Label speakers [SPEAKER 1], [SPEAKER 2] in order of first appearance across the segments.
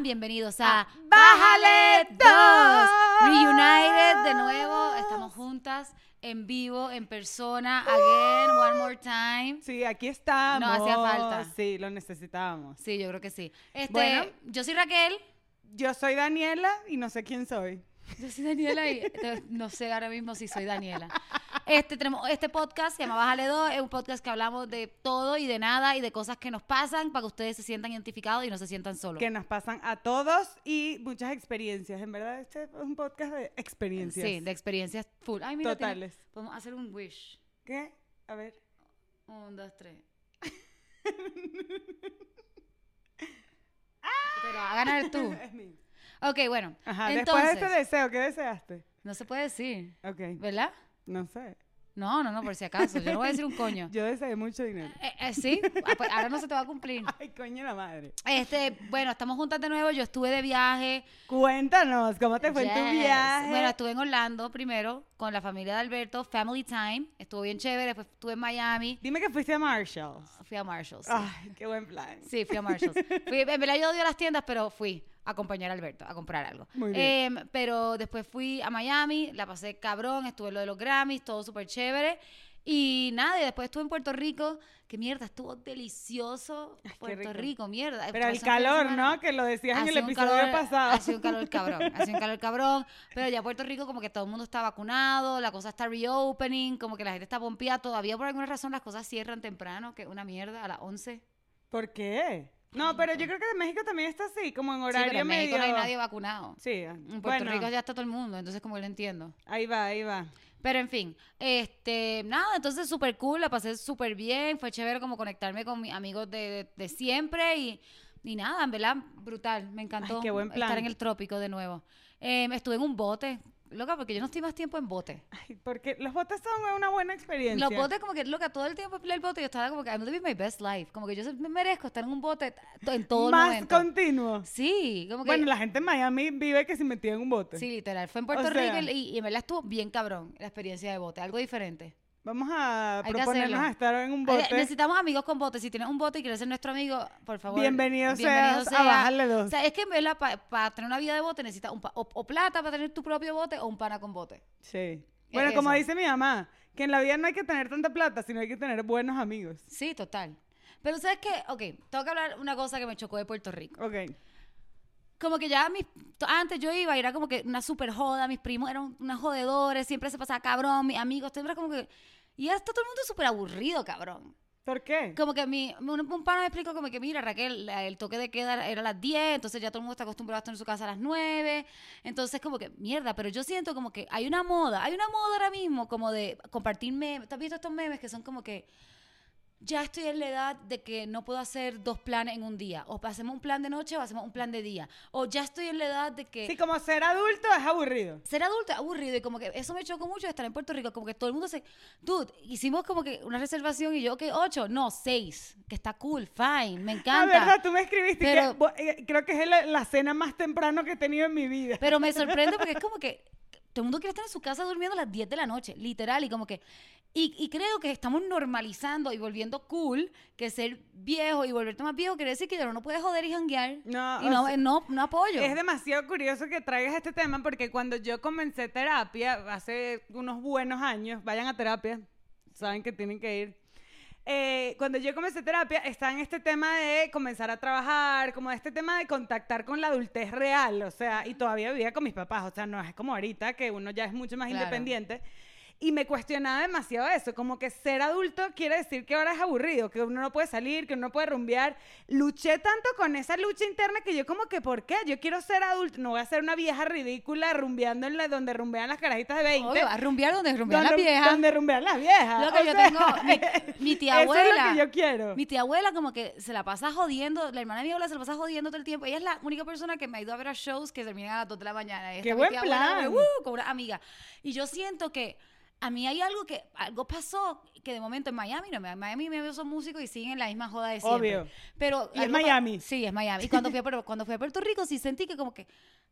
[SPEAKER 1] Bienvenidos a Bájale 2. Reunited de nuevo. Estamos juntas en vivo, en persona. Again, one more time.
[SPEAKER 2] Sí, aquí estamos.
[SPEAKER 1] No hacía falta.
[SPEAKER 2] Sí, lo necesitábamos.
[SPEAKER 1] Sí, yo creo que sí. Este,
[SPEAKER 2] Bueno.
[SPEAKER 1] Yo soy Raquel.
[SPEAKER 2] Yo soy Daniela y no sé quién soy.
[SPEAKER 1] Yo soy Daniela y eh, no sé ahora mismo si soy Daniela. Este, tenemos este podcast que se llama Bájale 2. Es un podcast que hablamos de todo y de nada y de cosas que nos pasan para que ustedes se sientan identificados y no se sientan solos.
[SPEAKER 2] Que nos pasan a todos y muchas experiencias. En verdad, este es un podcast de experiencias.
[SPEAKER 1] Sí, de experiencias full. Ay, mira, tiene-
[SPEAKER 2] Totales.
[SPEAKER 1] podemos hacer un wish.
[SPEAKER 2] ¿Qué? A ver.
[SPEAKER 1] Un, dos, tres. Pero a ganar tú.
[SPEAKER 2] Es mío.
[SPEAKER 1] Ok, bueno.
[SPEAKER 2] ¡Ah! Ajá,
[SPEAKER 1] Uh. entonces,
[SPEAKER 2] después de este deseo, ¿qué deseaste?
[SPEAKER 1] no se puede decir,
[SPEAKER 2] Ok,
[SPEAKER 1] ¿verdad?
[SPEAKER 2] no sé.
[SPEAKER 1] No, no, no, por si acaso. Yo no voy a decir un coño.
[SPEAKER 2] Yo deseé mucho dinero.
[SPEAKER 1] Eh, eh, sí, ah, pues ahora no se te va a cumplir.
[SPEAKER 2] Ay, coño la madre.
[SPEAKER 1] Este, bueno, estamos juntas de nuevo. Yo estuve de viaje.
[SPEAKER 2] Cuéntanos, ¿cómo te fue en tu
[SPEAKER 1] Yes.
[SPEAKER 2] viaje?
[SPEAKER 1] Bueno, estuve en Orlando primero con la familia de Alberto, Family Time. Estuvo bien chévere. Después estuve en Miami.
[SPEAKER 2] Dime que fuiste a Marshalls.
[SPEAKER 1] Fui a Marshalls. sí.
[SPEAKER 2] Ay, qué buen plan.
[SPEAKER 1] Sí, fui a Marshalls. Fui- en verdad yo odio las tiendas, pero fui a acompañar a Alberto a comprar algo.
[SPEAKER 2] Muy bien.
[SPEAKER 1] Em, pero después fui a Miami, la pasé cabrón, estuve en lo de los Grammys, todo súper chévere. Y nada, y después estuve en Puerto Rico, que mierda, estuvo delicioso
[SPEAKER 2] Ay, qué
[SPEAKER 1] Puerto
[SPEAKER 2] rico.
[SPEAKER 1] Rico, mierda.
[SPEAKER 2] Pero
[SPEAKER 1] Pasó un
[SPEAKER 2] el
[SPEAKER 1] fin de
[SPEAKER 2] calor,
[SPEAKER 1] semana-
[SPEAKER 2] ¿no? Que lo decías en el
[SPEAKER 1] Hacía un
[SPEAKER 2] episodio
[SPEAKER 1] calor-
[SPEAKER 2] pasado.
[SPEAKER 1] Hacía un calor cabrón, hacía un calor cabrón. Pero ya Puerto Rico como que todo el mundo está vacunado, la cosa está reopening, como que la gente está pompeada. Todavía por alguna razón las cosas cierran temprano, que es una mierda, a las 11.
[SPEAKER 2] ¿Por qué? No, pero yo creo que en México también está así, como en horario
[SPEAKER 1] sí, pero en México
[SPEAKER 2] medio.
[SPEAKER 1] no hay nadie vacunado.
[SPEAKER 2] Sí,
[SPEAKER 1] En Puerto
[SPEAKER 2] bueno,
[SPEAKER 1] Rico ya está todo el mundo, entonces como que lo entiendo.
[SPEAKER 2] ahí va, ahí va.
[SPEAKER 1] Pero en fin, este, nada, entonces súper cool, la pasé súper bien, fue chévere como conectarme con mis amigos de, de siempre y, y nada, en verdad, brutal, me encantó
[SPEAKER 2] Ay, qué buen plan.
[SPEAKER 1] estar en el trópico de nuevo. Em, estuve en un bote, loca, porque yo no estoy más tiempo en bote.
[SPEAKER 2] Ay, porque los botes son una buena experiencia.
[SPEAKER 1] Los botes como que, loca, todo el tiempo en el bote yo estaba como que, I'm living my best life, como que yo me merezco estar en un bote t- en todo
[SPEAKER 2] Más
[SPEAKER 1] momento.
[SPEAKER 2] continuo.
[SPEAKER 1] Sí, como que...
[SPEAKER 2] Bueno, la gente en Miami vive que se metía en un bote.
[SPEAKER 1] Sí, literal. Fue en Puerto
[SPEAKER 2] O sea-
[SPEAKER 1] Rico y, y en verdad estuvo bien cabrón la experiencia de bote, algo diferente.
[SPEAKER 2] Vamos a
[SPEAKER 1] Hay que
[SPEAKER 2] proponernos
[SPEAKER 1] hacerlo.
[SPEAKER 2] a estar en un
[SPEAKER 1] Ay,
[SPEAKER 2] bote.
[SPEAKER 1] Necesitamos amigos con bote. Si tienes un bote y quieres ser nuestro amigo, por favor.
[SPEAKER 2] Bienvenido seas a
[SPEAKER 1] sea.
[SPEAKER 2] Bájale Dos.
[SPEAKER 1] O sea, es que en verdad, para tener una vida de bote, necesitas un pa- o, o plata para tener tu propio bote o un pana con bote.
[SPEAKER 2] Sí. Bueno, como
[SPEAKER 1] Eh, eso.
[SPEAKER 2] dice mi mamá, que en la vida no hay que tener tanta plata, sino hay que tener buenos amigos.
[SPEAKER 1] Sí, total. Pero sabes qué? ok, tengo que hablar una cosa que me chocó de Puerto Rico.
[SPEAKER 2] Ok.
[SPEAKER 1] Como que ya mis, to- antes yo iba y era como que una super joda, mis primos eran unos jodedores, siempre se pasaba cabrón, mis amigos, siempre era como que... Y ya está todo el mundo súper aburrido, cabrón.
[SPEAKER 2] ¿Por qué?
[SPEAKER 1] Como que mi, un, un pana me explicó como que, mira, Raquel, la- el toque de queda era a las 10, entonces ya todo el mundo está acostumbrado a estar en su casa a las 9. Entonces, como que, mierda, pero yo siento como que hay una moda, hay una moda ahora mismo como de compartir memes. ¿Tú has visto estos memes que son como que, ya estoy en la edad de que no puedo hacer dos planes en un día? O hacemos un plan de noche o hacemos un plan de día. O ya estoy en la edad de que...
[SPEAKER 2] Sí, como ser adulto es aburrido.
[SPEAKER 1] Ser adulto es aburrido y como que eso me chocó mucho de estar en Puerto Rico, como que todo el mundo se... Dude, hicimos como que una reservación y yo, que ocho, no, seis, que está cool, fine, me
[SPEAKER 2] La verdad,
[SPEAKER 1] encanta.
[SPEAKER 2] tú me escribiste que
[SPEAKER 1] Pero-
[SPEAKER 2] bo- eh, creo que es la, la cena más temprano que he tenido en mi vida.
[SPEAKER 1] Pero me sorprende porque es como que todo el mundo quiere estar en su casa durmiendo a las 10 de la noche, literal, y como que... Y, y creo que estamos normalizando y volviendo cool que ser viejo y volverte más viejo quiere decir que ya no puedes joder y janguear.
[SPEAKER 2] No,
[SPEAKER 1] y
[SPEAKER 2] o
[SPEAKER 1] no,
[SPEAKER 2] sea,
[SPEAKER 1] no, no apoyo.
[SPEAKER 2] Es demasiado curioso que traigas este tema porque cuando yo comencé terapia hace unos buenos años, vayan a terapia, saben que tienen que ir. Eh, cuando yo comencé terapia, está en este tema de comenzar a trabajar, como este tema de contactar con la adultez real, o sea, y todavía vivía con mis papás, o sea, no es como ahorita que uno ya es mucho más
[SPEAKER 1] Claro.
[SPEAKER 2] independiente. Y me cuestionaba demasiado eso, como que ser adulto quiere decir que ahora es aburrido, que uno no puede salir, que uno no puede rumbear. Luché tanto con esa lucha interna que yo como que, ¿por qué? Yo quiero ser adulto, no voy a ser una vieja ridícula rumbeando en la, donde rumbean las carajitas de 20.
[SPEAKER 1] Obvio, a rumbear donde rumbean
[SPEAKER 2] donde,
[SPEAKER 1] las viejas.
[SPEAKER 2] Donde rumbean las viejas.
[SPEAKER 1] Loca,
[SPEAKER 2] o
[SPEAKER 1] yo
[SPEAKER 2] sea,
[SPEAKER 1] tengo mi, mi tía
[SPEAKER 2] eso
[SPEAKER 1] abuela.
[SPEAKER 2] es lo que yo quiero.
[SPEAKER 1] Mi tía abuela como que se la pasa jodiendo, la hermana de mi abuela se la pasa jodiendo todo el tiempo. Ella es la única persona que me ha ido a ver a shows que terminan a las 2 de la mañana. Y
[SPEAKER 2] ¡Qué
[SPEAKER 1] está mi
[SPEAKER 2] buen
[SPEAKER 1] tía abuela
[SPEAKER 2] plan!
[SPEAKER 1] como que, "Uh", con una amiga. Y yo siento que a mí hay algo que, algo pasó que de momento en Miami, no, en Miami me son músicos y siguen en la misma joda de siempre.
[SPEAKER 2] Obvio.
[SPEAKER 1] Pero
[SPEAKER 2] Y es
[SPEAKER 1] algo pa-
[SPEAKER 2] Miami.
[SPEAKER 1] Sí, es Miami. Y cuando fui, a, Puerto- cuando fui a Puerto Rico sí sentí que como que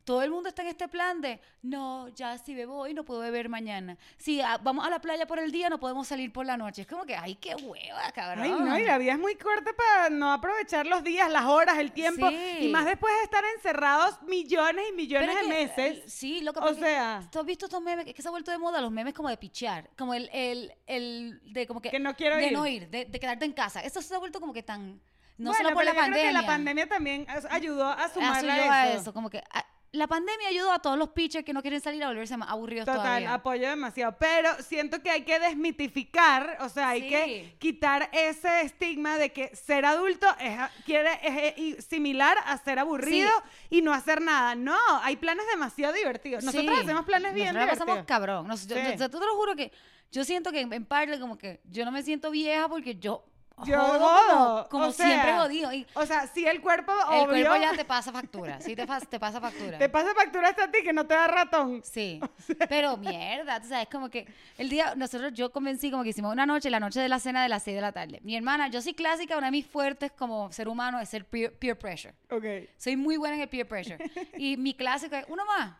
[SPEAKER 1] Todo el mundo está en este plan de, no, ya si bebo hoy no puedo beber mañana. Si ah, vamos a la playa por el día no podemos salir por la noche. Es como que, ay, qué hueva, cabrón.
[SPEAKER 2] Ay, no, y la vida es muy corta para no aprovechar los días, las horas, el tiempo.
[SPEAKER 1] Sí.
[SPEAKER 2] Y más después de estar encerrados millones y
[SPEAKER 1] Pero
[SPEAKER 2] millones
[SPEAKER 1] es
[SPEAKER 2] de
[SPEAKER 1] que, eh,
[SPEAKER 2] meses.
[SPEAKER 1] Sí, lo que
[SPEAKER 2] O
[SPEAKER 1] pasa es que
[SPEAKER 2] sea.
[SPEAKER 1] ¿Tú has visto estos memes? Es que se ha vuelto de moda los memes como de pichear. Como el, el, el de como que.
[SPEAKER 2] Que no quiero
[SPEAKER 1] de
[SPEAKER 2] ir.
[SPEAKER 1] no ir, de, de quedarte en casa. Eso se ha vuelto como que tan. No
[SPEAKER 2] Bueno,
[SPEAKER 1] solo por
[SPEAKER 2] pero
[SPEAKER 1] la
[SPEAKER 2] yo
[SPEAKER 1] pandemia.
[SPEAKER 2] Creo que la pandemia también as- ayudó a sumarla
[SPEAKER 1] Asumió a
[SPEAKER 2] a eso.
[SPEAKER 1] eso. Como que. ah, la pandemia ayudó a todos los pitchers que no quieren salir a volverse más aburridos
[SPEAKER 2] Total,
[SPEAKER 1] todavía.
[SPEAKER 2] apoyo demasiado. Pero siento que hay que desmitificar, o sea, hay
[SPEAKER 1] Sí.
[SPEAKER 2] que quitar ese estigma de que ser adulto es, a- quiere, es eh, y- similar a ser aburrido y no hacer nada. No, hay planes demasiado divertidos. Nosotros
[SPEAKER 1] Sí.
[SPEAKER 2] hacemos planes bien
[SPEAKER 1] Nosotros la pasamos
[SPEAKER 2] divertidos.
[SPEAKER 1] cabrón. Nos- yo-
[SPEAKER 2] Sí.
[SPEAKER 1] yo- yo te lo juro que yo siento que en, en parte como que yo no me siento vieja porque yo
[SPEAKER 2] Yo
[SPEAKER 1] jodo
[SPEAKER 2] jodo,
[SPEAKER 1] como, como
[SPEAKER 2] o sea,
[SPEAKER 1] siempre jodido. Y
[SPEAKER 2] O sea, si el cuerpo,
[SPEAKER 1] el
[SPEAKER 2] obvio,
[SPEAKER 1] cuerpo ya te pasa factura. Sí, te, pas- te pasa factura.
[SPEAKER 2] te pasa factura hasta a ti que no te da ratón.
[SPEAKER 1] Sí, pero mierda, tú sabes, como que el día, nosotros, yo convencí como que hicimos una noche, la noche de la cena de las 6 de la tarde. Mi hermana, yo soy clásica, una de mis fuertes como ser humano es ser peer, peer pressure.
[SPEAKER 2] Ok.
[SPEAKER 1] Soy muy buena en el peer pressure. Y mi clásico es, uno más,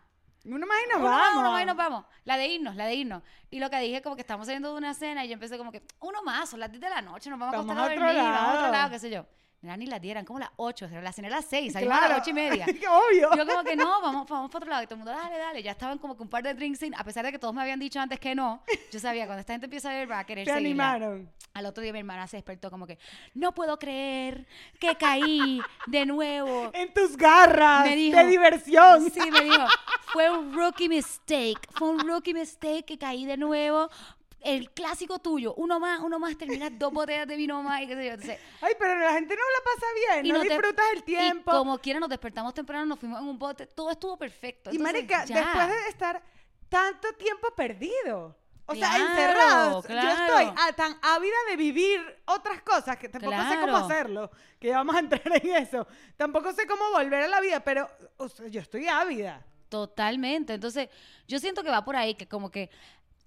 [SPEAKER 2] Uno más y nos
[SPEAKER 1] uno
[SPEAKER 2] vamos.
[SPEAKER 1] más, uno más y nos vamos. La de irnos, la de irnos. Y lo que dije, como que estamos saliendo de una cena y yo empecé como que, uno más, son las 10 de la noche, nos vamos a
[SPEAKER 2] Vamos
[SPEAKER 1] acostar a
[SPEAKER 2] a otro
[SPEAKER 1] dormir, vamos a otro
[SPEAKER 2] lado.
[SPEAKER 1] lado, qué sé yo. Mira, ni las 10, eran como las 8, la cena era a las 6, salimos a las
[SPEAKER 2] Claro.
[SPEAKER 1] 8 y media.
[SPEAKER 2] obvio.
[SPEAKER 1] Yo como que no, vamos, vamos para otro lado. Y todo el mundo, dale, dale. Ya estaban como que un par de drinks in. A pesar de que todos me habían dicho antes que no, yo sabía, cuando esta gente empieza a beber, va a querer
[SPEAKER 2] Te
[SPEAKER 1] seguirla.
[SPEAKER 2] animaron.
[SPEAKER 1] Al otro día mi hermana se despertó como que, no puedo creer que caí de nuevo.
[SPEAKER 2] En tus garras
[SPEAKER 1] Me dijo,
[SPEAKER 2] de diversión.
[SPEAKER 1] Sí, me dijo, fue un rookie mistake, fue un rookie mistake que caí de nuevo. El clásico tuyo, uno más, uno más, terminas dos botellas de vino más y qué sé yo. Entonces,
[SPEAKER 2] Ay, pero la gente no la pasa bien,
[SPEAKER 1] y
[SPEAKER 2] no,
[SPEAKER 1] nos de-
[SPEAKER 2] disfrutas el tiempo.
[SPEAKER 1] Y como quiera, nos despertamos temprano, nos fuimos en un bote, todo estuvo perfecto.
[SPEAKER 2] Y
[SPEAKER 1] Entonces,
[SPEAKER 2] marica,
[SPEAKER 1] ya.
[SPEAKER 2] después de estar tanto tiempo perdido, o sea,
[SPEAKER 1] Claro,
[SPEAKER 2] encerrados, yo estoy
[SPEAKER 1] claro.
[SPEAKER 2] ah, tan ávida de vivir otras cosas que tampoco sé cómo
[SPEAKER 1] Claro.
[SPEAKER 2] hacerlo, que ya vamos a entrar en eso. Tampoco sé cómo volver a la vida, pero o sea, yo estoy ávida.
[SPEAKER 1] Totalmente. Entonces, yo siento que va por ahí, que como que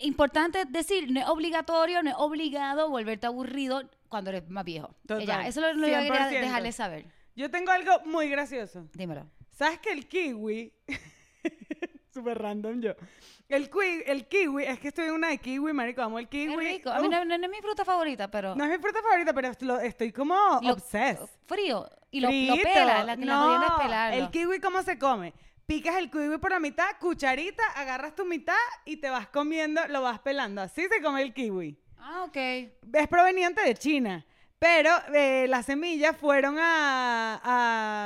[SPEAKER 1] importante es decir, no es obligatorio, no es obligado volverte aburrido cuando eres más viejo.
[SPEAKER 2] Total,
[SPEAKER 1] Ya, eso es lo que yo quería
[SPEAKER 2] 100%.
[SPEAKER 1] dejarles saber.
[SPEAKER 2] Yo tengo algo muy gracioso.
[SPEAKER 1] Dímelo.
[SPEAKER 2] ¿Sabes que el kiwi? Súper random yo. El, kiwi, el kiwi, es que estoy en una de kiwi, marico, amo el
[SPEAKER 1] Es
[SPEAKER 2] kiwi.
[SPEAKER 1] rico. A mí
[SPEAKER 2] Uf,
[SPEAKER 1] no, no- no es mi fruta favorita, pero
[SPEAKER 2] no es mi fruta favorita, pero lo- estoy como
[SPEAKER 1] Lo-
[SPEAKER 2] obsessed.
[SPEAKER 1] frío. Y lo, lo
[SPEAKER 2] Frito.
[SPEAKER 1] pela, la, la jodienda es pelarlo.
[SPEAKER 2] El kiwi, ¿cómo se come? Picas el kiwi por la mitad, cucharita, agarras tu mitad y te vas comiendo, lo vas pelando. Así se come el kiwi.
[SPEAKER 1] Ah, ok.
[SPEAKER 2] Es proveniente de China, pero eh, las semillas fueron a,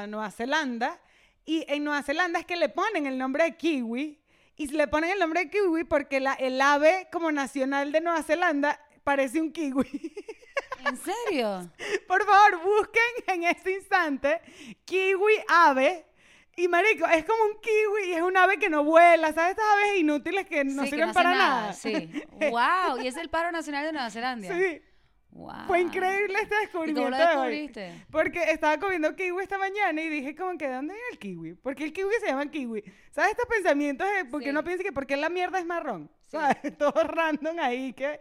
[SPEAKER 2] a Nueva Zelanda y en Nueva Zelanda es que le ponen el nombre de kiwi y le ponen el nombre de kiwi porque la, el ave como nacional de Nueva Zelanda parece un kiwi.
[SPEAKER 1] ¿En serio?
[SPEAKER 2] Por favor, busquen en este instante kiwi ave. Y marico, es como un kiwi y es un ave que no vuela, ¿sabes? Estas aves inútiles que no
[SPEAKER 1] Sí, que
[SPEAKER 2] sirven
[SPEAKER 1] hacen
[SPEAKER 2] para nada.
[SPEAKER 1] Sí. wow. Y es el paro nacional de Nueva Zelanda.
[SPEAKER 2] Sí.
[SPEAKER 1] Wow.
[SPEAKER 2] Fue increíble este
[SPEAKER 1] Ah. ¿Y cómo lo
[SPEAKER 2] descubrimiento de hoy.
[SPEAKER 1] descubriste?
[SPEAKER 2] Porque estaba comiendo kiwi esta mañana y dije como que ¿de dónde viene el kiwi? Porque el kiwi se llama kiwi. ¿Sabes estos pensamientos de porque
[SPEAKER 1] Sí.
[SPEAKER 2] uno piensa que por qué la mierda es marrón? ¿Sabes? Todo random ahí que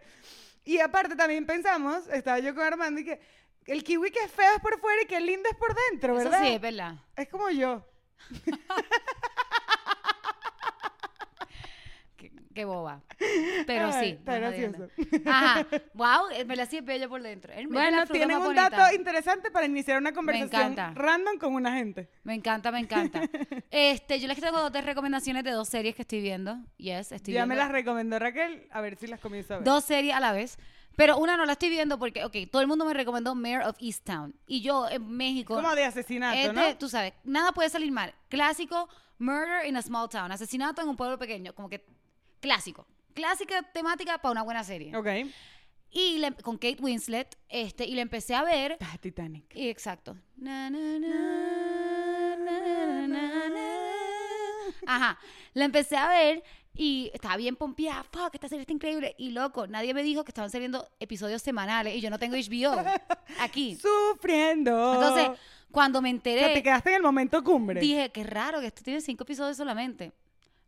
[SPEAKER 2] y aparte también pensamos, estaba yo con Armando y que el kiwi que es feo es por fuera y que lindo es por dentro,
[SPEAKER 1] Eso
[SPEAKER 2] ¿verdad?
[SPEAKER 1] sí, es verdad.
[SPEAKER 2] Es como yo.
[SPEAKER 1] Qué, qué boba. Pero
[SPEAKER 2] Ay,
[SPEAKER 1] sí.
[SPEAKER 2] está
[SPEAKER 1] más jodiendo.
[SPEAKER 2] gracioso.
[SPEAKER 1] Ajá. Wow, me la hacía bella por dentro. Es- es la
[SPEAKER 2] Bueno,
[SPEAKER 1] fruta
[SPEAKER 2] tienen
[SPEAKER 1] más
[SPEAKER 2] un
[SPEAKER 1] bonita.
[SPEAKER 2] dato interesante para iniciar una conversación
[SPEAKER 1] encanta.
[SPEAKER 2] random con una gente.
[SPEAKER 1] Me encanta, me encanta. Este, yo les tengo dos tres recomendaciones de dos series que estoy viendo. Yes, estoy
[SPEAKER 2] ya
[SPEAKER 1] viendo.
[SPEAKER 2] me las recomendó Raquel, a ver si las comienzo a ver.
[SPEAKER 1] Dos series a la vez. Pero una no la estoy viendo porque, ok, todo el mundo me recomendó Mayor of Easttown. Y yo en México.
[SPEAKER 2] como de asesinato,
[SPEAKER 1] es
[SPEAKER 2] ¿no?
[SPEAKER 1] de- Tú sabes, nada puede salir mal. Clásico, Murder in a Small Town. Asesinato en un pueblo pequeño. Como que clásico. Clásica temática para una buena serie.
[SPEAKER 2] Ok.
[SPEAKER 1] Y le- con Kate Winslet, este, y la empecé a ver.
[SPEAKER 2] Ah, Titanic.
[SPEAKER 1] Y exacto. Na, na, na, na, na, na, na. Ajá. La empecé a ver y estaba bien pompeada. Fuck, esta serie está increíble. Y loco, nadie me dijo que estaban saliendo episodios semanales y yo no tengo HBO aquí.
[SPEAKER 2] Sufriendo.
[SPEAKER 1] Entonces, cuando me
[SPEAKER 2] O sea, te
[SPEAKER 1] enteré,
[SPEAKER 2] quedaste en el momento cumbre.
[SPEAKER 1] dije, qué raro que esto tiene cinco episodios solamente.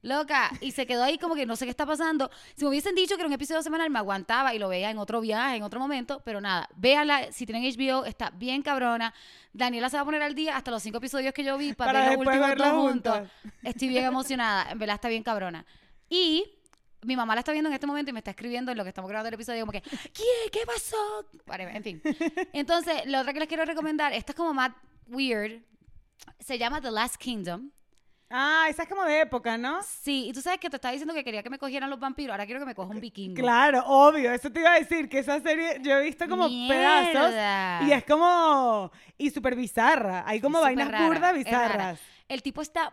[SPEAKER 1] Loca, y se quedó ahí como que no sé qué está pasando. Si me hubiesen dicho que era un episodio semanal, me aguantaba y lo veía en otro viaje, en otro momento, pero nada, véanla, si tienen HBO, está bien cabrona. Daniela se va a poner al día hasta los cinco episodios que yo vi para,
[SPEAKER 2] Para
[SPEAKER 1] ver los
[SPEAKER 2] después
[SPEAKER 1] últimos
[SPEAKER 2] verla
[SPEAKER 1] dos
[SPEAKER 2] juntas.
[SPEAKER 1] juntos. Estoy bien emocionada, en verdad está bien cabrona. Y mi mamá la está viendo en este momento y me está escribiendo en lo que estamos grabando el episodio, como que, ¿qué? ¿Qué pasó? Whatever, en fin. Entonces, lo otra que les quiero recomendar, esta es como más weird, se llama The Last Kingdom.
[SPEAKER 2] Ah, esa es como de época, ¿no?
[SPEAKER 1] Sí, y tú sabes que te estaba diciendo que quería que me cogieran los vampiros, ahora quiero que me coja un vikingo.
[SPEAKER 2] Claro, obvio, eso te iba a decir, que esa serie yo he visto como
[SPEAKER 1] Mierda.
[SPEAKER 2] pedazos y es como, y súper bizarra, hay como
[SPEAKER 1] Es súper
[SPEAKER 2] vainas
[SPEAKER 1] rara,
[SPEAKER 2] burdas
[SPEAKER 1] es rara.
[SPEAKER 2] bizarras.
[SPEAKER 1] El tipo está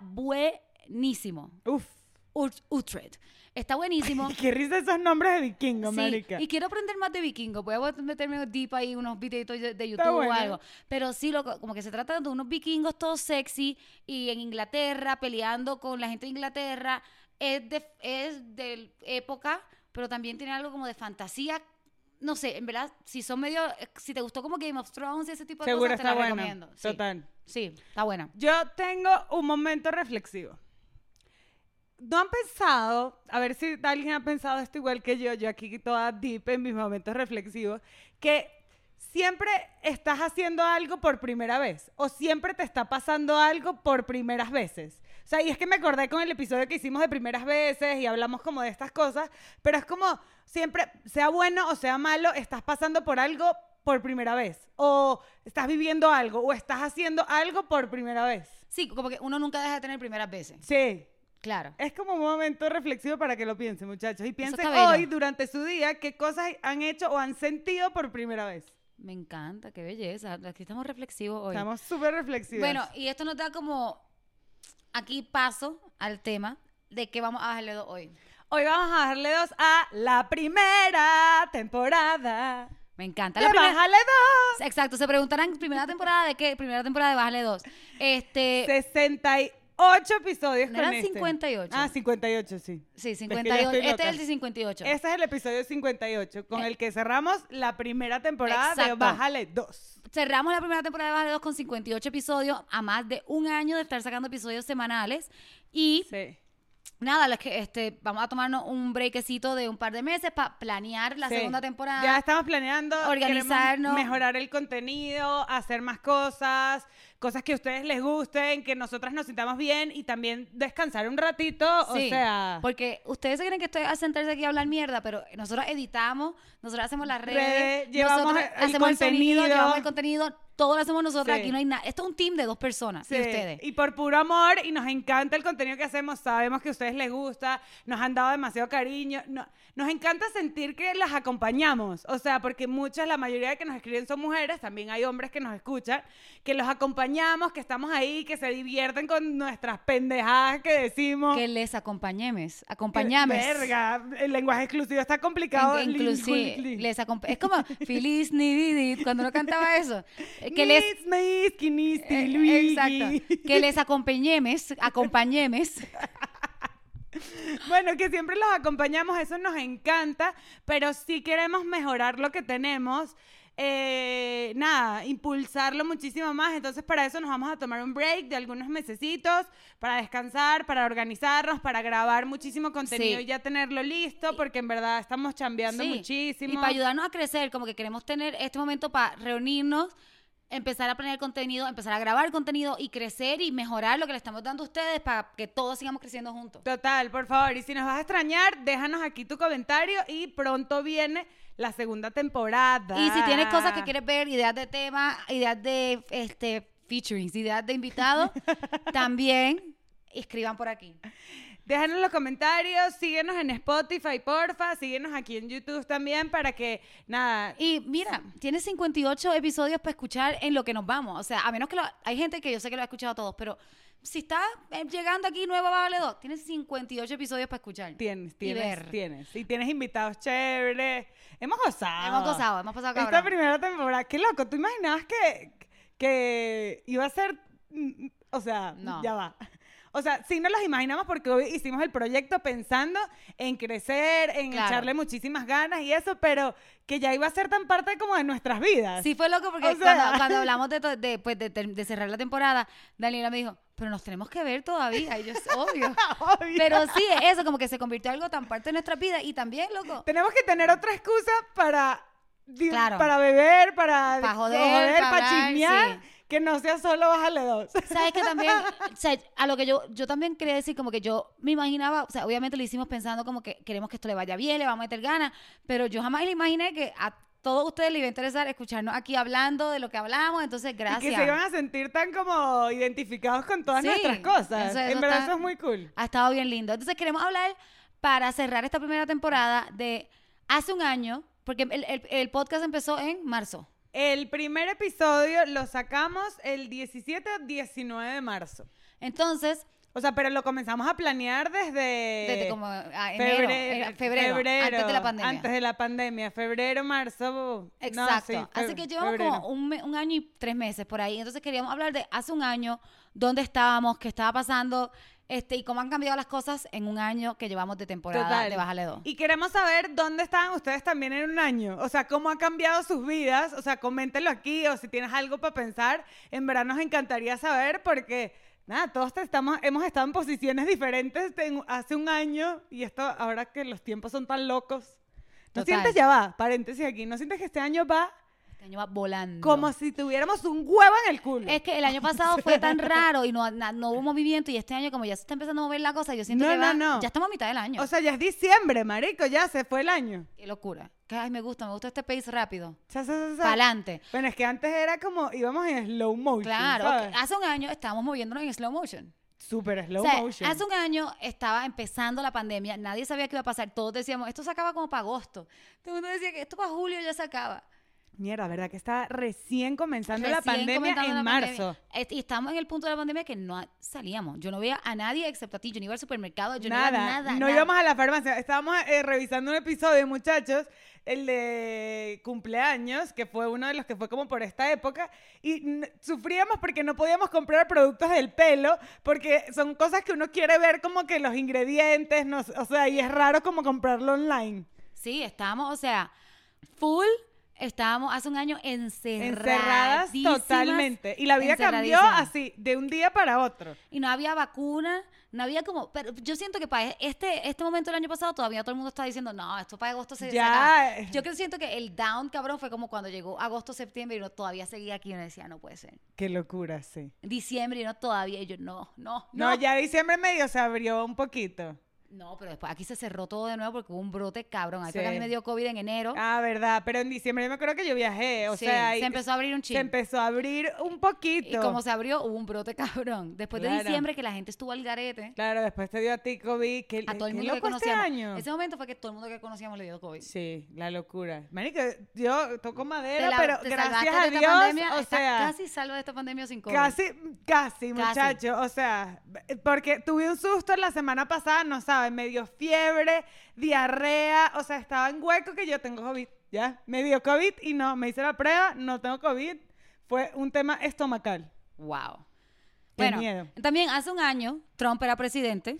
[SPEAKER 1] buenísimo.
[SPEAKER 2] Uf,
[SPEAKER 1] Ut- Utrecht. Está buenísimo.
[SPEAKER 2] qué risa esos nombres de vikingo,
[SPEAKER 1] Sí,
[SPEAKER 2] marica.
[SPEAKER 1] y quiero aprender más de vikingo. Voy a meterme deep ahí, unos videitos de de
[SPEAKER 2] Está
[SPEAKER 1] YouTube o
[SPEAKER 2] bueno.
[SPEAKER 1] algo. Pero sí, loco, como que se trata de unos vikingos todos sexy y en Inglaterra, peleando con la gente de Inglaterra. Es de, es de época, pero también tiene algo como de fantasía. No sé, en verdad, si son medio. Si te gustó como Game of Thrones y ese tipo de
[SPEAKER 2] Seguro
[SPEAKER 1] cosas, te
[SPEAKER 2] está
[SPEAKER 1] la
[SPEAKER 2] bueno,
[SPEAKER 1] recomiendo. Sí,
[SPEAKER 2] total.
[SPEAKER 1] sí, está buena.
[SPEAKER 2] Yo tengo un momento reflexivo. ¿No han pensado, a ver si alguien ha pensado esto igual que yo, yo aquí toda deep en mis momentos reflexivos, que siempre estás haciendo algo por primera vez o siempre te está pasando algo por primeras veces? O sea, y es que me acordé con el episodio que hicimos de primeras veces y hablamos como de estas cosas, pero es como siempre, sea bueno o sea malo, estás pasando por algo por primera vez o estás viviendo algo o estás haciendo algo por primera vez.
[SPEAKER 1] Sí, como que uno nunca deja de tener primeras veces.
[SPEAKER 2] Sí,
[SPEAKER 1] Claro.
[SPEAKER 2] es como un momento reflexivo para que lo piensen, muchachos. Y piensen
[SPEAKER 1] está bello.
[SPEAKER 2] hoy, durante su día, qué cosas han hecho o han sentido por primera vez.
[SPEAKER 1] Me encanta, qué belleza. Aquí estamos reflexivos hoy.
[SPEAKER 2] Estamos súper reflexivos.
[SPEAKER 1] Bueno, y esto nos da como aquí paso al tema de qué vamos a bajarle dos hoy.
[SPEAKER 2] hoy vamos a darle dos a la primera temporada.
[SPEAKER 1] Me encanta.
[SPEAKER 2] ¡Le
[SPEAKER 1] La primera-
[SPEAKER 2] bájale dos!
[SPEAKER 1] Exacto, se preguntarán primera temporada de qué, primera temporada de Bájale dos. Este,
[SPEAKER 2] 68 episodios
[SPEAKER 1] ¿No
[SPEAKER 2] con
[SPEAKER 1] eran
[SPEAKER 2] este.
[SPEAKER 1] 58?
[SPEAKER 2] Ah, 58, sí.
[SPEAKER 1] sí,
[SPEAKER 2] ya
[SPEAKER 1] 58.
[SPEAKER 2] estoy
[SPEAKER 1] este es
[SPEAKER 2] loca.
[SPEAKER 1] el de 58.
[SPEAKER 2] Este es el episodio 58, con
[SPEAKER 1] Eh.
[SPEAKER 2] el que cerramos la primera temporada de
[SPEAKER 1] Exacto.
[SPEAKER 2] Bájale 2.
[SPEAKER 1] Cerramos la primera temporada de Bájale dos con 58 episodios, a más de un año de estar sacando episodios semanales y
[SPEAKER 2] Sí.
[SPEAKER 1] Nada, las que, este, vamos a tomarnos un brequecito de un par de meses para planear la
[SPEAKER 2] Sí.
[SPEAKER 1] segunda temporada.
[SPEAKER 2] Ya estamos planeando queremos
[SPEAKER 1] Organizarnos.
[SPEAKER 2] mejorar el contenido, hacer más cosas, cosas que a ustedes les gusten, que nosotras nos sintamos bien y también descansar un ratito, o
[SPEAKER 1] Sí,
[SPEAKER 2] sea,
[SPEAKER 1] Porque ustedes se creen que estoy a sentarse aquí a hablar mierda, pero nosotros editamos, nosotros hacemos las redes,
[SPEAKER 2] Redes, llevamos
[SPEAKER 1] nosotros
[SPEAKER 2] el
[SPEAKER 1] hacemos el sonido,
[SPEAKER 2] contenido.
[SPEAKER 1] llevamos el contenido, todo lo hacemos nosotros.
[SPEAKER 2] Sí.
[SPEAKER 1] Aquí no hay nada. Esto es un team de dos personas
[SPEAKER 2] sí,
[SPEAKER 1] y ustedes.
[SPEAKER 2] y por puro amor y nos encanta el contenido que hacemos, sabemos que a ustedes les gusta, nos han dado demasiado cariño, no- nos encanta sentir que las acompañamos, o sea, porque muchas, la mayoría de que nos escriben son mujeres, también hay hombres que nos escuchan, que los acompañamos, que estamos ahí, que se divierten con nuestras pendejadas que decimos.
[SPEAKER 1] Que les acompañemos, acompañames.
[SPEAKER 2] Verga, el lenguaje exclusivo está complicado.
[SPEAKER 1] In-
[SPEAKER 2] Lin-
[SPEAKER 1] Inclusive,
[SPEAKER 2] juli-
[SPEAKER 1] les acompa- es como Feliz ni Didi, cuando uno cantaba eso. eh, Que les
[SPEAKER 2] Nis, mis, quinis,
[SPEAKER 1] Eh,
[SPEAKER 2] tiluigi.
[SPEAKER 1] Exacto. Que les acompañemos, acompañemos.
[SPEAKER 2] Bueno, que siempre los acompañamos, eso nos encanta, pero sí queremos mejorar lo que tenemos. eh, nada, impulsarlo muchísimo más. Entonces, para eso nos vamos a tomar un break de algunos mesecitos para descansar, para organizarnos, para grabar muchísimo contenido
[SPEAKER 1] Sí.
[SPEAKER 2] y ya tenerlo listo, porque en verdad estamos chambeando
[SPEAKER 1] Sí.
[SPEAKER 2] muchísimo.
[SPEAKER 1] Y para ayudarnos a crecer, como que queremos tener este momento para reunirnos, empezar a planear contenido, empezar a grabar contenido y crecer y mejorar lo que le estamos dando a ustedes para que todos sigamos creciendo juntos.
[SPEAKER 2] Total, por favor. Y si nos vas a extrañar, déjanos aquí tu comentario y pronto viene la segunda temporada.
[SPEAKER 1] Y si tienes cosas que quieres ver, ideas de temas, ideas de este featurings, ideas de invitados, también escriban por aquí.
[SPEAKER 2] Déjanos los comentarios, síguenos en Spotify, porfa, síguenos aquí en YouTube también para que, nada,
[SPEAKER 1] Y mira, tienes 58 episodios para escuchar en lo que nos vamos. O sea, a menos que lo- hay gente que yo sé que lo ha escuchado todos, pero si estás eh, llegando aquí nuevo a Vale 2, tienes 58 episodios para escuchar.
[SPEAKER 2] tienes,
[SPEAKER 1] ver.
[SPEAKER 2] tienes, tienes. Y tienes invitados chéveres. Hemos gozado.
[SPEAKER 1] Hemos gozado, hemos pasado cabrón.
[SPEAKER 2] Esta primera temporada, qué loco, ¿tú imaginabas que, que iba a ser, mm, o sea,
[SPEAKER 1] No.
[SPEAKER 2] ya va. O sea, sí nos las imaginamos porque hoy hicimos el proyecto pensando en crecer, en
[SPEAKER 1] Claro.
[SPEAKER 2] echarle muchísimas ganas y eso, pero que ya iba a ser tan parte como de nuestras vidas.
[SPEAKER 1] Sí, fue loco porque
[SPEAKER 2] O sea.
[SPEAKER 1] cuando, cuando hablamos de, to- de, pues, de, ter- de cerrar la temporada, Daniela me dijo, pero nos tenemos que ver todavía. Y yo, obvio.
[SPEAKER 2] Obvio.
[SPEAKER 1] Pero sí, eso como que se convirtió en algo tan parte de nuestra vida y también, loco,
[SPEAKER 2] Tenemos que tener otra excusa para, di-
[SPEAKER 1] Claro.
[SPEAKER 2] para beber, para
[SPEAKER 1] Pa' joder, pa'
[SPEAKER 2] para
[SPEAKER 1] hablar,
[SPEAKER 2] chismear,
[SPEAKER 1] sí.
[SPEAKER 2] que no sea solo bájale dos.
[SPEAKER 1] sabes que también, o sea, a lo que yo, yo también quería decir, como que yo me imaginaba, o sea, obviamente lo hicimos pensando como que queremos que esto le vaya bien, le vamos a meter ganas, pero yo jamás le imaginé que a todos ustedes les iba a interesar escucharnos aquí hablando de lo que hablamos, entonces
[SPEAKER 2] Y
[SPEAKER 1] gracias.
[SPEAKER 2] que se iban a sentir tan como identificados con todas
[SPEAKER 1] Sí,
[SPEAKER 2] nuestras cosas.
[SPEAKER 1] eso- eso
[SPEAKER 2] en verdad
[SPEAKER 1] está-
[SPEAKER 2] eso es muy cool.
[SPEAKER 1] Ha estado bien lindo. Entonces queremos hablar para cerrar esta primera temporada de hace un año, porque el, el- el podcast empezó en marzo.
[SPEAKER 2] El primer episodio lo sacamos el 17 o 19 de marzo.
[SPEAKER 1] Entonces,
[SPEAKER 2] O sea, pero lo comenzamos a planear desde...
[SPEAKER 1] desde como a enero, eh, febrero, antes de la pandemia.
[SPEAKER 2] Antes de la pandemia, febrero, marzo. no, sí,
[SPEAKER 1] Exacto. Así
[SPEAKER 2] fe-
[SPEAKER 1] que llevamos
[SPEAKER 2] febrero.
[SPEAKER 1] como un, me- un año y tres meses por ahí. Entonces queríamos hablar de hace un año, dónde estábamos, qué estaba pasando, este, y cómo han cambiado las cosas en un año que llevamos de temporada
[SPEAKER 2] Total.
[SPEAKER 1] de Bájale 2.
[SPEAKER 2] Y queremos saber dónde estaban ustedes también en un año. O sea, cómo han cambiado sus vidas. O sea, coméntenlo aquí o si tienes algo para pensar. En verdad nos encantaría saber porque, nada, todos te estamos, hemos estado en posiciones diferentes en- hace un año y esto ahora que los tiempos son tan locos. ¿No
[SPEAKER 1] Total.
[SPEAKER 2] sientes, ya va, paréntesis aquí, ¿no sientes que este año va
[SPEAKER 1] Este año va volando.
[SPEAKER 2] como si tuviéramos un huevo en el culo?
[SPEAKER 1] es que el año pasado fue tan raro y no, na- no hubo movimiento y este año como ya se está empezando a mover la cosa, yo siento
[SPEAKER 2] No,
[SPEAKER 1] que
[SPEAKER 2] no,
[SPEAKER 1] va-
[SPEAKER 2] no.
[SPEAKER 1] ya estamos a mitad del año.
[SPEAKER 2] O sea, ya es diciembre, marico, ya se fue el año.
[SPEAKER 1] Qué locura. Que, ay, me gusta, me gusta este pace rápido.
[SPEAKER 2] Cha, cha, cha, cha.
[SPEAKER 1] Pa'lante.
[SPEAKER 2] Bueno, es que antes era como íbamos en slow motion.
[SPEAKER 1] Claro,
[SPEAKER 2] ¿sabes?
[SPEAKER 1] ok, hace un año estábamos moviéndonos en slow motion.
[SPEAKER 2] Súper slow
[SPEAKER 1] O sea,
[SPEAKER 2] motion.
[SPEAKER 1] hace un año estaba empezando la pandemia, nadie sabía qué iba a pasar, todos decíamos, esto se acaba como para agosto. Todo el mundo decía que esto para julio ya se acaba.
[SPEAKER 2] Mierda, ¿verdad? Que está recién comenzando la
[SPEAKER 1] Recién
[SPEAKER 2] pandemia
[SPEAKER 1] comenzando
[SPEAKER 2] en
[SPEAKER 1] la
[SPEAKER 2] marzo.
[SPEAKER 1] pandemia. Et- Y estamos en el punto de la pandemia que no salíamos. Yo no veía a nadie excepto a ti, yo no iba al supermercado, yo
[SPEAKER 2] Nada,
[SPEAKER 1] no iba a nada.
[SPEAKER 2] no
[SPEAKER 1] nada.
[SPEAKER 2] íbamos a la farmacia. Estábamos eh, revisando un episodio, muchachos, el de cumpleaños, que fue uno de los que fue como por esta época, y n- sufríamos porque no podíamos comprar productos del pelo, porque son cosas que uno quiere ver como que los ingredientes, no, s- o sea, y es raro como comprarlo online.
[SPEAKER 1] Sí, estábamos, o sea, full, estábamos hace un año
[SPEAKER 2] Encerradas
[SPEAKER 1] encerradas.
[SPEAKER 2] totalmente. Y la vida cambió así, de un día para otro.
[SPEAKER 1] y no había vacuna, no había como, pero yo siento que para este, este momento del año pasado todavía todo el mundo está diciendo, no, esto para agosto se se
[SPEAKER 2] Ya,
[SPEAKER 1] acaba".
[SPEAKER 2] eh.
[SPEAKER 1] Yo creo siento que el down, cabrón, fue como cuando llegó agosto, septiembre y uno todavía seguía aquí y uno decía, no puede ser.
[SPEAKER 2] Qué locura, sí.
[SPEAKER 1] Diciembre y uno todavía, y yo, no, no,
[SPEAKER 2] No,
[SPEAKER 1] no.
[SPEAKER 2] ya diciembre medio se abrió un poquito.
[SPEAKER 1] No, pero después aquí se cerró todo de nuevo porque hubo un brote, cabrón. Ahí fue
[SPEAKER 2] Sí.
[SPEAKER 1] que a mí me dio COVID en enero.
[SPEAKER 2] Ah, verdad, pero en diciembre yo me acuerdo que yo viajé, o
[SPEAKER 1] Sí,
[SPEAKER 2] sea, y-
[SPEAKER 1] se empezó a abrir un
[SPEAKER 2] se
[SPEAKER 1] chip.
[SPEAKER 2] empezó a abrir un
[SPEAKER 1] Y
[SPEAKER 2] poquito.
[SPEAKER 1] como se abrió, hubo un brote cabrón. Después de
[SPEAKER 2] Claro.
[SPEAKER 1] diciembre que la gente estuvo al garete,
[SPEAKER 2] Claro, después te dio a ti COVID, que
[SPEAKER 1] a todo el
[SPEAKER 2] qué
[SPEAKER 1] mundo que
[SPEAKER 2] loco este
[SPEAKER 1] conocíamos.
[SPEAKER 2] año.
[SPEAKER 1] Ese momento fue que todo el mundo que conocíamos le dio COVID.
[SPEAKER 2] Sí, la locura. Marico, yo toco madera,
[SPEAKER 1] Te la-
[SPEAKER 2] pero
[SPEAKER 1] te
[SPEAKER 2] gracias
[SPEAKER 1] salvaste
[SPEAKER 2] a
[SPEAKER 1] de esta
[SPEAKER 2] Dios,
[SPEAKER 1] pandemia,
[SPEAKER 2] o
[SPEAKER 1] estás
[SPEAKER 2] sea,
[SPEAKER 1] casi salvo de esta pandemia sin COVID.
[SPEAKER 2] Casi, casi, muchacho. O sea, porque tuve un susto la semana pasada, no sabes, me dio fiebre, diarrea, o sea, estaba en hueco que yo tengo COVID. Ya, me dio COVID y no, me hice la prueba, no tengo COVID. Fue un tema estomacal.
[SPEAKER 1] Wow.
[SPEAKER 2] Qué
[SPEAKER 1] Bueno,
[SPEAKER 2] miedo.
[SPEAKER 1] también hace un año Trump era presidente.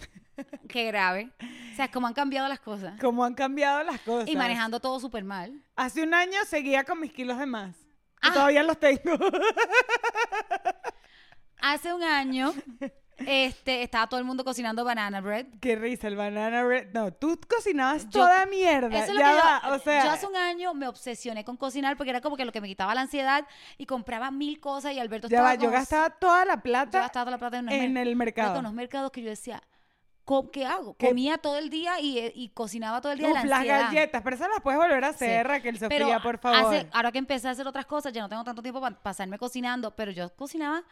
[SPEAKER 1] Qué grave. O sea, cómo han cambiado las cosas.
[SPEAKER 2] Cómo han cambiado las cosas.
[SPEAKER 1] Y manejando todo súper mal.
[SPEAKER 2] Hace un año seguía con mis kilos de más. que
[SPEAKER 1] Ah.
[SPEAKER 2] Todavía los tengo.
[SPEAKER 1] Hace un año este, estaba todo el mundo cocinando banana bread.
[SPEAKER 2] Qué risa, el banana bread. No, tú cocinabas
[SPEAKER 1] Yo-
[SPEAKER 2] toda mierda.
[SPEAKER 1] Eso es lo
[SPEAKER 2] ya
[SPEAKER 1] que yo, eh,
[SPEAKER 2] va, o sea,
[SPEAKER 1] yo hace un año me obsesioné con cocinar porque era como que lo que me quitaba la ansiedad y compraba mil cosas y Alberto
[SPEAKER 2] ya
[SPEAKER 1] estaba
[SPEAKER 2] va, yo
[SPEAKER 1] como-
[SPEAKER 2] gastaba toda la
[SPEAKER 1] yo
[SPEAKER 2] plata
[SPEAKER 1] gastaba toda la plata en, unos
[SPEAKER 2] en
[SPEAKER 1] mer-
[SPEAKER 2] el mercado.
[SPEAKER 1] Con los mercados que yo decía, "Co- ¿qué hago?
[SPEAKER 2] ¿Qué?
[SPEAKER 1] Comía todo el día y, eh, y cocinaba todo el día de
[SPEAKER 2] Uf,
[SPEAKER 1] la
[SPEAKER 2] las
[SPEAKER 1] ansiedad.
[SPEAKER 2] galletas, pero esas las puedes volver a hacer,
[SPEAKER 1] Sí.
[SPEAKER 2] Raquel Sofía,
[SPEAKER 1] Pero
[SPEAKER 2] por
[SPEAKER 1] hace-
[SPEAKER 2] favor.
[SPEAKER 1] ahora que empecé a hacer otras cosas, ya no tengo tanto tiempo para pasarme cocinando, pero yo cocinaba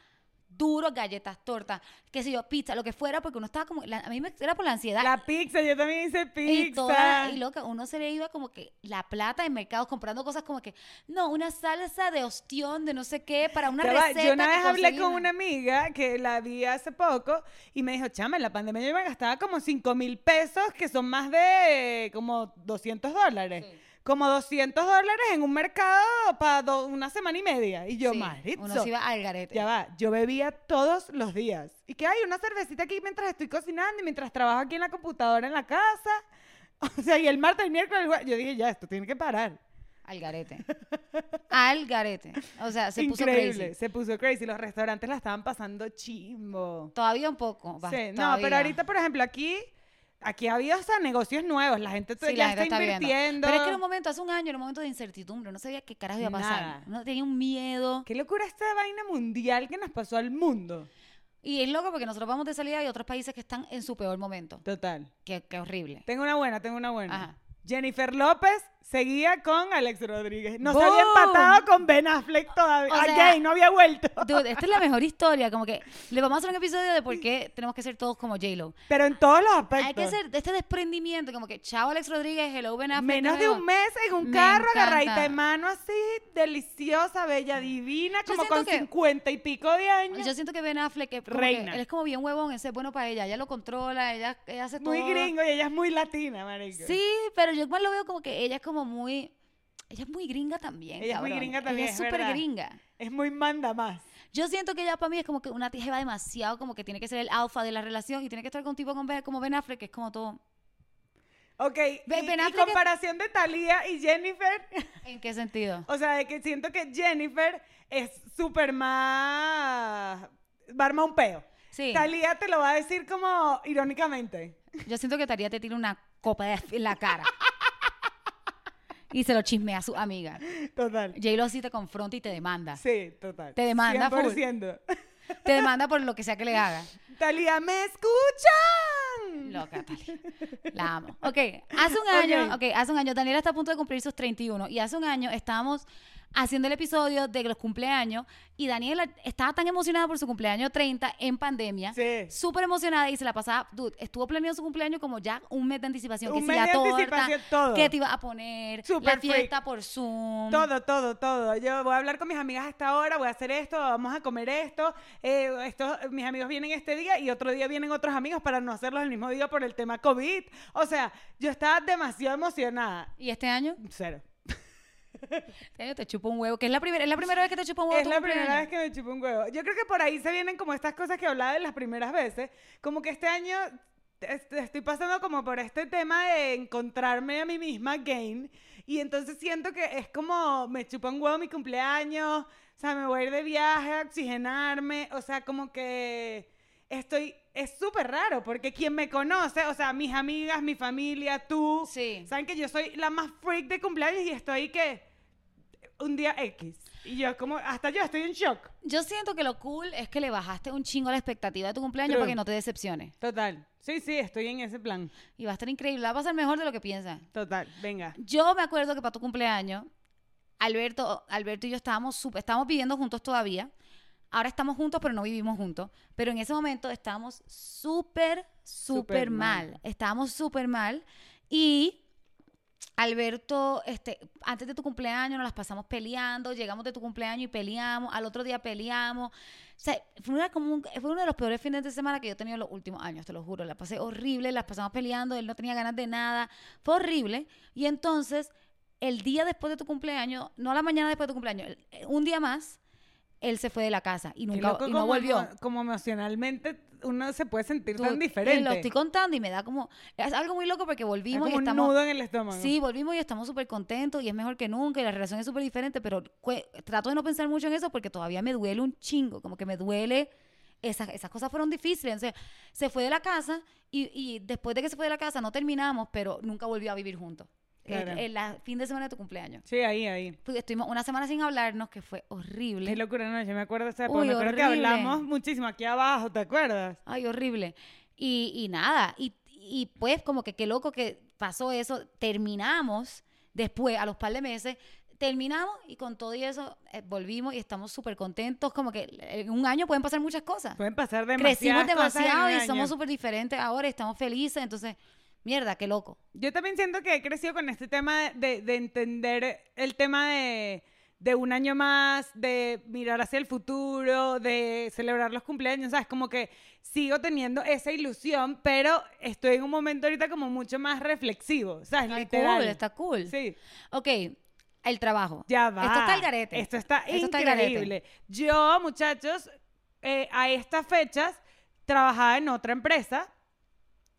[SPEAKER 1] duro, galletas, tortas, qué sé yo, pizza, lo que fuera, porque uno estaba como, la- a mí me, era por la ansiedad.
[SPEAKER 2] La pizza, yo también hice pizza.
[SPEAKER 1] Y, toda, y loca, uno se le iba como que la plata en mercados comprando cosas como que, no, una salsa de ostión, de no sé qué, para una
[SPEAKER 2] Ya va,
[SPEAKER 1] receta.
[SPEAKER 2] yo una
[SPEAKER 1] que
[SPEAKER 2] vez hablé
[SPEAKER 1] conseguí
[SPEAKER 2] con una amiga que la vi hace poco y me dijo, chama, en la pandemia yo me gastaba como 5 mil pesos, que son más de eh, como 200 dólares.
[SPEAKER 1] Sí.
[SPEAKER 2] como 200 dólares en un mercado para una semana y media. Y yo,
[SPEAKER 1] Sí,
[SPEAKER 2] maldito.
[SPEAKER 1] Uno se iba al garete.
[SPEAKER 2] Ya va, yo bebía todos los días. Y que hay una cervecita aquí mientras estoy cocinando y mientras trabajo aquí en la computadora en la casa. O sea, y el martes, el miércoles, el jue- yo dije, ya, esto tiene que parar.
[SPEAKER 1] Al garete. Al garete. O sea, se puso
[SPEAKER 2] Increíble,
[SPEAKER 1] crazy.
[SPEAKER 2] se puso crazy. Los restaurantes la estaban pasando chimbo.
[SPEAKER 1] Todavía un poco. va,
[SPEAKER 2] Sí, no,
[SPEAKER 1] todavía.
[SPEAKER 2] pero ahorita, por ejemplo, aquí, aquí ha habido hasta negocios nuevos. La gente
[SPEAKER 1] Sí, la
[SPEAKER 2] ya
[SPEAKER 1] gente
[SPEAKER 2] está,
[SPEAKER 1] viendo.
[SPEAKER 2] invirtiendo.
[SPEAKER 1] Pero es que en un momento, hace un año, en un momento de incertidumbre, no sabía qué carajo iba a pasar.
[SPEAKER 2] Nada.
[SPEAKER 1] Uno tenía un miedo.
[SPEAKER 2] Qué locura esta vaina mundial que nos pasó al mundo.
[SPEAKER 1] Y es loco porque nosotros vamos de salida y otros países que están en su peor momento.
[SPEAKER 2] Total.
[SPEAKER 1] Qué, qué horrible.
[SPEAKER 2] Tengo una buena, tengo una buena.
[SPEAKER 1] Ajá.
[SPEAKER 2] Jennifer López seguía con Alex Rodríguez. No se
[SPEAKER 1] ¡Boom!
[SPEAKER 2] había empatado con Ben Affleck todavía.
[SPEAKER 1] O sea-
[SPEAKER 2] Again, no había vuelto.
[SPEAKER 1] Dude, esta es la mejor historia. Como que le vamos a hacer un episodio de por qué tenemos que ser todos como J-Lo.
[SPEAKER 2] Pero en todos los aspectos.
[SPEAKER 1] Hay que hacer este desprendimiento, como que chao Alex Rodríguez, hello Ben Affleck.
[SPEAKER 2] Menos
[SPEAKER 1] nos
[SPEAKER 2] de
[SPEAKER 1] vemos.
[SPEAKER 2] un mes en un
[SPEAKER 1] Me
[SPEAKER 2] carro,
[SPEAKER 1] encanta.
[SPEAKER 2] agarradita de mano así, deliciosa, bella, divina,
[SPEAKER 1] Yo
[SPEAKER 2] como con
[SPEAKER 1] siento que-
[SPEAKER 2] cincuenta y pico de años.
[SPEAKER 1] Yo siento que Ben Affleck es como, que-
[SPEAKER 2] Reina.
[SPEAKER 1] él es como bien huevón, ese es bueno para ella, ella lo controla, ella, ella hace todo.
[SPEAKER 2] Muy gringo y ella es muy latina, marico.
[SPEAKER 1] Sí, pero yo igual lo veo como que ella es como muy... Ella es muy gringa también.
[SPEAKER 2] Ella es muy
[SPEAKER 1] cabrón.
[SPEAKER 2] gringa también,
[SPEAKER 1] Ella es
[SPEAKER 2] es
[SPEAKER 1] súper
[SPEAKER 2] verdad.
[SPEAKER 1] gringa.
[SPEAKER 2] Es muy manda más.
[SPEAKER 1] Yo siento que ella para mí es como que una tijera demasiado, como que tiene que ser el alfa de la relación y tiene que estar con un tipo con Ben- como Ben Affleck, que es como todo...
[SPEAKER 2] Ok, y,
[SPEAKER 1] Ben
[SPEAKER 2] y
[SPEAKER 1] Affleck es-
[SPEAKER 2] comparación de Thalía y Jennifer,
[SPEAKER 1] ¿En qué sentido?
[SPEAKER 2] o sea, de que siento que Jennifer es súper más... va a armar un peo.
[SPEAKER 1] Sí.
[SPEAKER 2] Thalía te lo va a decir como irónicamente.
[SPEAKER 1] Yo siento que Taría te tira una copa de- en la cara. y se lo chismea a su amiga.
[SPEAKER 2] Total.
[SPEAKER 1] J-Lo así te confronta y te demanda.
[SPEAKER 2] Sí, total.
[SPEAKER 1] Te demanda full.
[SPEAKER 2] 100%.
[SPEAKER 1] Te demanda por lo que sea que le haga.
[SPEAKER 2] Thalía, ¿me escuchan?
[SPEAKER 1] Loca, Talia. La amo. Ok, hace un año,
[SPEAKER 2] Ok.
[SPEAKER 1] okay, hace un año, Daniela está a punto de cumplir sus 31 y hace un año estábamos haciendo el episodio de los cumpleaños y Daniela estaba tan emocionada por su cumpleaños 30 en pandemia.
[SPEAKER 2] Sí.
[SPEAKER 1] Súper emocionada y se la pasaba, dude, estuvo planeando su cumpleaños como ya un mes de anticipación.
[SPEAKER 2] Un
[SPEAKER 1] que
[SPEAKER 2] mes
[SPEAKER 1] si la
[SPEAKER 2] de
[SPEAKER 1] torta,
[SPEAKER 2] anticipación, todo.
[SPEAKER 1] que te iba a poner,
[SPEAKER 2] Súper
[SPEAKER 1] la fiesta por Zoom.
[SPEAKER 2] Todo, todo, todo. Yo voy a hablar con mis amigas a esta hora, voy a hacer esto, vamos a comer esto. eh, estos, mis amigos vienen este día y otro día vienen otros amigos para no hacerlos el mismo día por el tema COVID. O sea, yo estaba demasiado emocionada.
[SPEAKER 1] ¿Y este año?
[SPEAKER 2] Cero.
[SPEAKER 1] Este año te chupo un huevo, que es la primera, es la primera vez que te chupo un huevo.
[SPEAKER 2] es
[SPEAKER 1] tu
[SPEAKER 2] la primera
[SPEAKER 1] cumpleaños.
[SPEAKER 2] vez que me chupo un huevo. Yo creo que por ahí se vienen como estas cosas que hablaba de las primeras veces. Como que este año est- estoy pasando como por este tema de encontrarme a mí misma again. Y entonces siento que es como me chupa un huevo mi cumpleaños. O sea, me voy a ir de viaje a oxigenarme. O sea, como que estoy. Es súper raro porque quien me conoce, o sea, mis amigas, mi familia, tú.
[SPEAKER 1] Sí.
[SPEAKER 2] Saben que yo soy la más freak de cumpleaños y estoy que un día X. Y yo como, hasta yo estoy en shock.
[SPEAKER 1] Yo siento que lo cool es que le bajaste un chingo la expectativa de tu cumpleaños
[SPEAKER 2] True.
[SPEAKER 1] para que no te decepciones.
[SPEAKER 2] Total. Sí, sí, estoy en ese plan.
[SPEAKER 1] Y va a estar increíble, va a pasar mejor de lo que piensas.
[SPEAKER 2] Total, venga.
[SPEAKER 1] Yo me acuerdo que para tu cumpleaños, Alberto, Alberto y yo estábamos, sup- estábamos viviendo juntos todavía. Ahora estamos juntos, pero no vivimos juntos. Pero en ese momento estábamos súper, súper
[SPEAKER 2] Súper mal.
[SPEAKER 1] mal. Estábamos súper mal. Y Alberto, este, antes de tu cumpleaños nos las pasamos peleando. Llegamos de tu cumpleaños y peleamos. Al otro día peleamos. O sea, fue, una- como un- fue uno de los peores fines de semana que yo he tenido en los últimos años, te lo juro. La pasé horrible, las pasamos peleando. Él no tenía ganas de nada. Fue horrible. Y entonces, el día después de tu cumpleaños, no la mañana después de tu cumpleaños, el- eh, un día más, él se fue de la casa y
[SPEAKER 2] Qué
[SPEAKER 1] nunca
[SPEAKER 2] loco
[SPEAKER 1] y no
[SPEAKER 2] como
[SPEAKER 1] volvió.
[SPEAKER 2] emo- Como emocionalmente uno se puede sentir
[SPEAKER 1] Tú-
[SPEAKER 2] tan
[SPEAKER 1] te Lo
[SPEAKER 2] diferente.
[SPEAKER 1] estoy contando y me da como. Es algo muy loco porque
[SPEAKER 2] Es
[SPEAKER 1] volvimos
[SPEAKER 2] como
[SPEAKER 1] y
[SPEAKER 2] un
[SPEAKER 1] estamos.
[SPEAKER 2] nudo en el estómago.
[SPEAKER 1] Sí, volvimos y estamos súper contentos y es mejor que nunca y la relación es súper diferente, pero cue- trato de no pensar mucho en eso porque todavía me duele un chingo, como que me duele, esas, esas cosas fueron difíciles, entonces se fue de la casa y, y después de que se fue de la casa no terminamos, pero nunca volvió a vivir juntos. El-
[SPEAKER 2] Claro.
[SPEAKER 1] el la- fin de semana de tu cumpleaños.
[SPEAKER 2] Sí, ahí, ahí.
[SPEAKER 1] Fui- Estuvimos una semana sin hablarnos, que fue horrible.
[SPEAKER 2] Qué locura, no, yo me acuerdo, o sea, porque
[SPEAKER 1] Uy,
[SPEAKER 2] me acuerdo que
[SPEAKER 1] horrible.
[SPEAKER 2] hablamos muchísimo aquí abajo, ¿te acuerdas?
[SPEAKER 1] Ay, horrible. Y, y nada, y, y pues como que qué loco que pasó eso, terminamos después, a los par de meses, terminamos y con todo y eso eh, volvimos y estamos súper contentos, como que en un año pueden pasar muchas cosas.
[SPEAKER 2] Pueden pasar demasiadas
[SPEAKER 1] Crecimos
[SPEAKER 2] cosas en
[SPEAKER 1] demasiado
[SPEAKER 2] un
[SPEAKER 1] y
[SPEAKER 2] año.
[SPEAKER 1] somos súper diferentes ahora y estamos felices, entonces, mierda, qué loco.
[SPEAKER 2] Yo también siento que he crecido con este tema de, de entender el tema de, de un año más, de mirar hacia el futuro, de celebrar los cumpleaños, ¿sabes? Como que sigo teniendo esa ilusión, pero estoy en un momento ahorita como mucho más reflexivo, ¿sabes?
[SPEAKER 1] Está
[SPEAKER 2] Literal.
[SPEAKER 1] cool, está cool.
[SPEAKER 2] Sí.
[SPEAKER 1] Ok, el trabajo.
[SPEAKER 2] Ya va.
[SPEAKER 1] Esto está al garete.
[SPEAKER 2] Esto está
[SPEAKER 1] Esto está al garete.
[SPEAKER 2] increíble. Yo, muchachos, eh, a estas fechas trabajaba en otra empresa,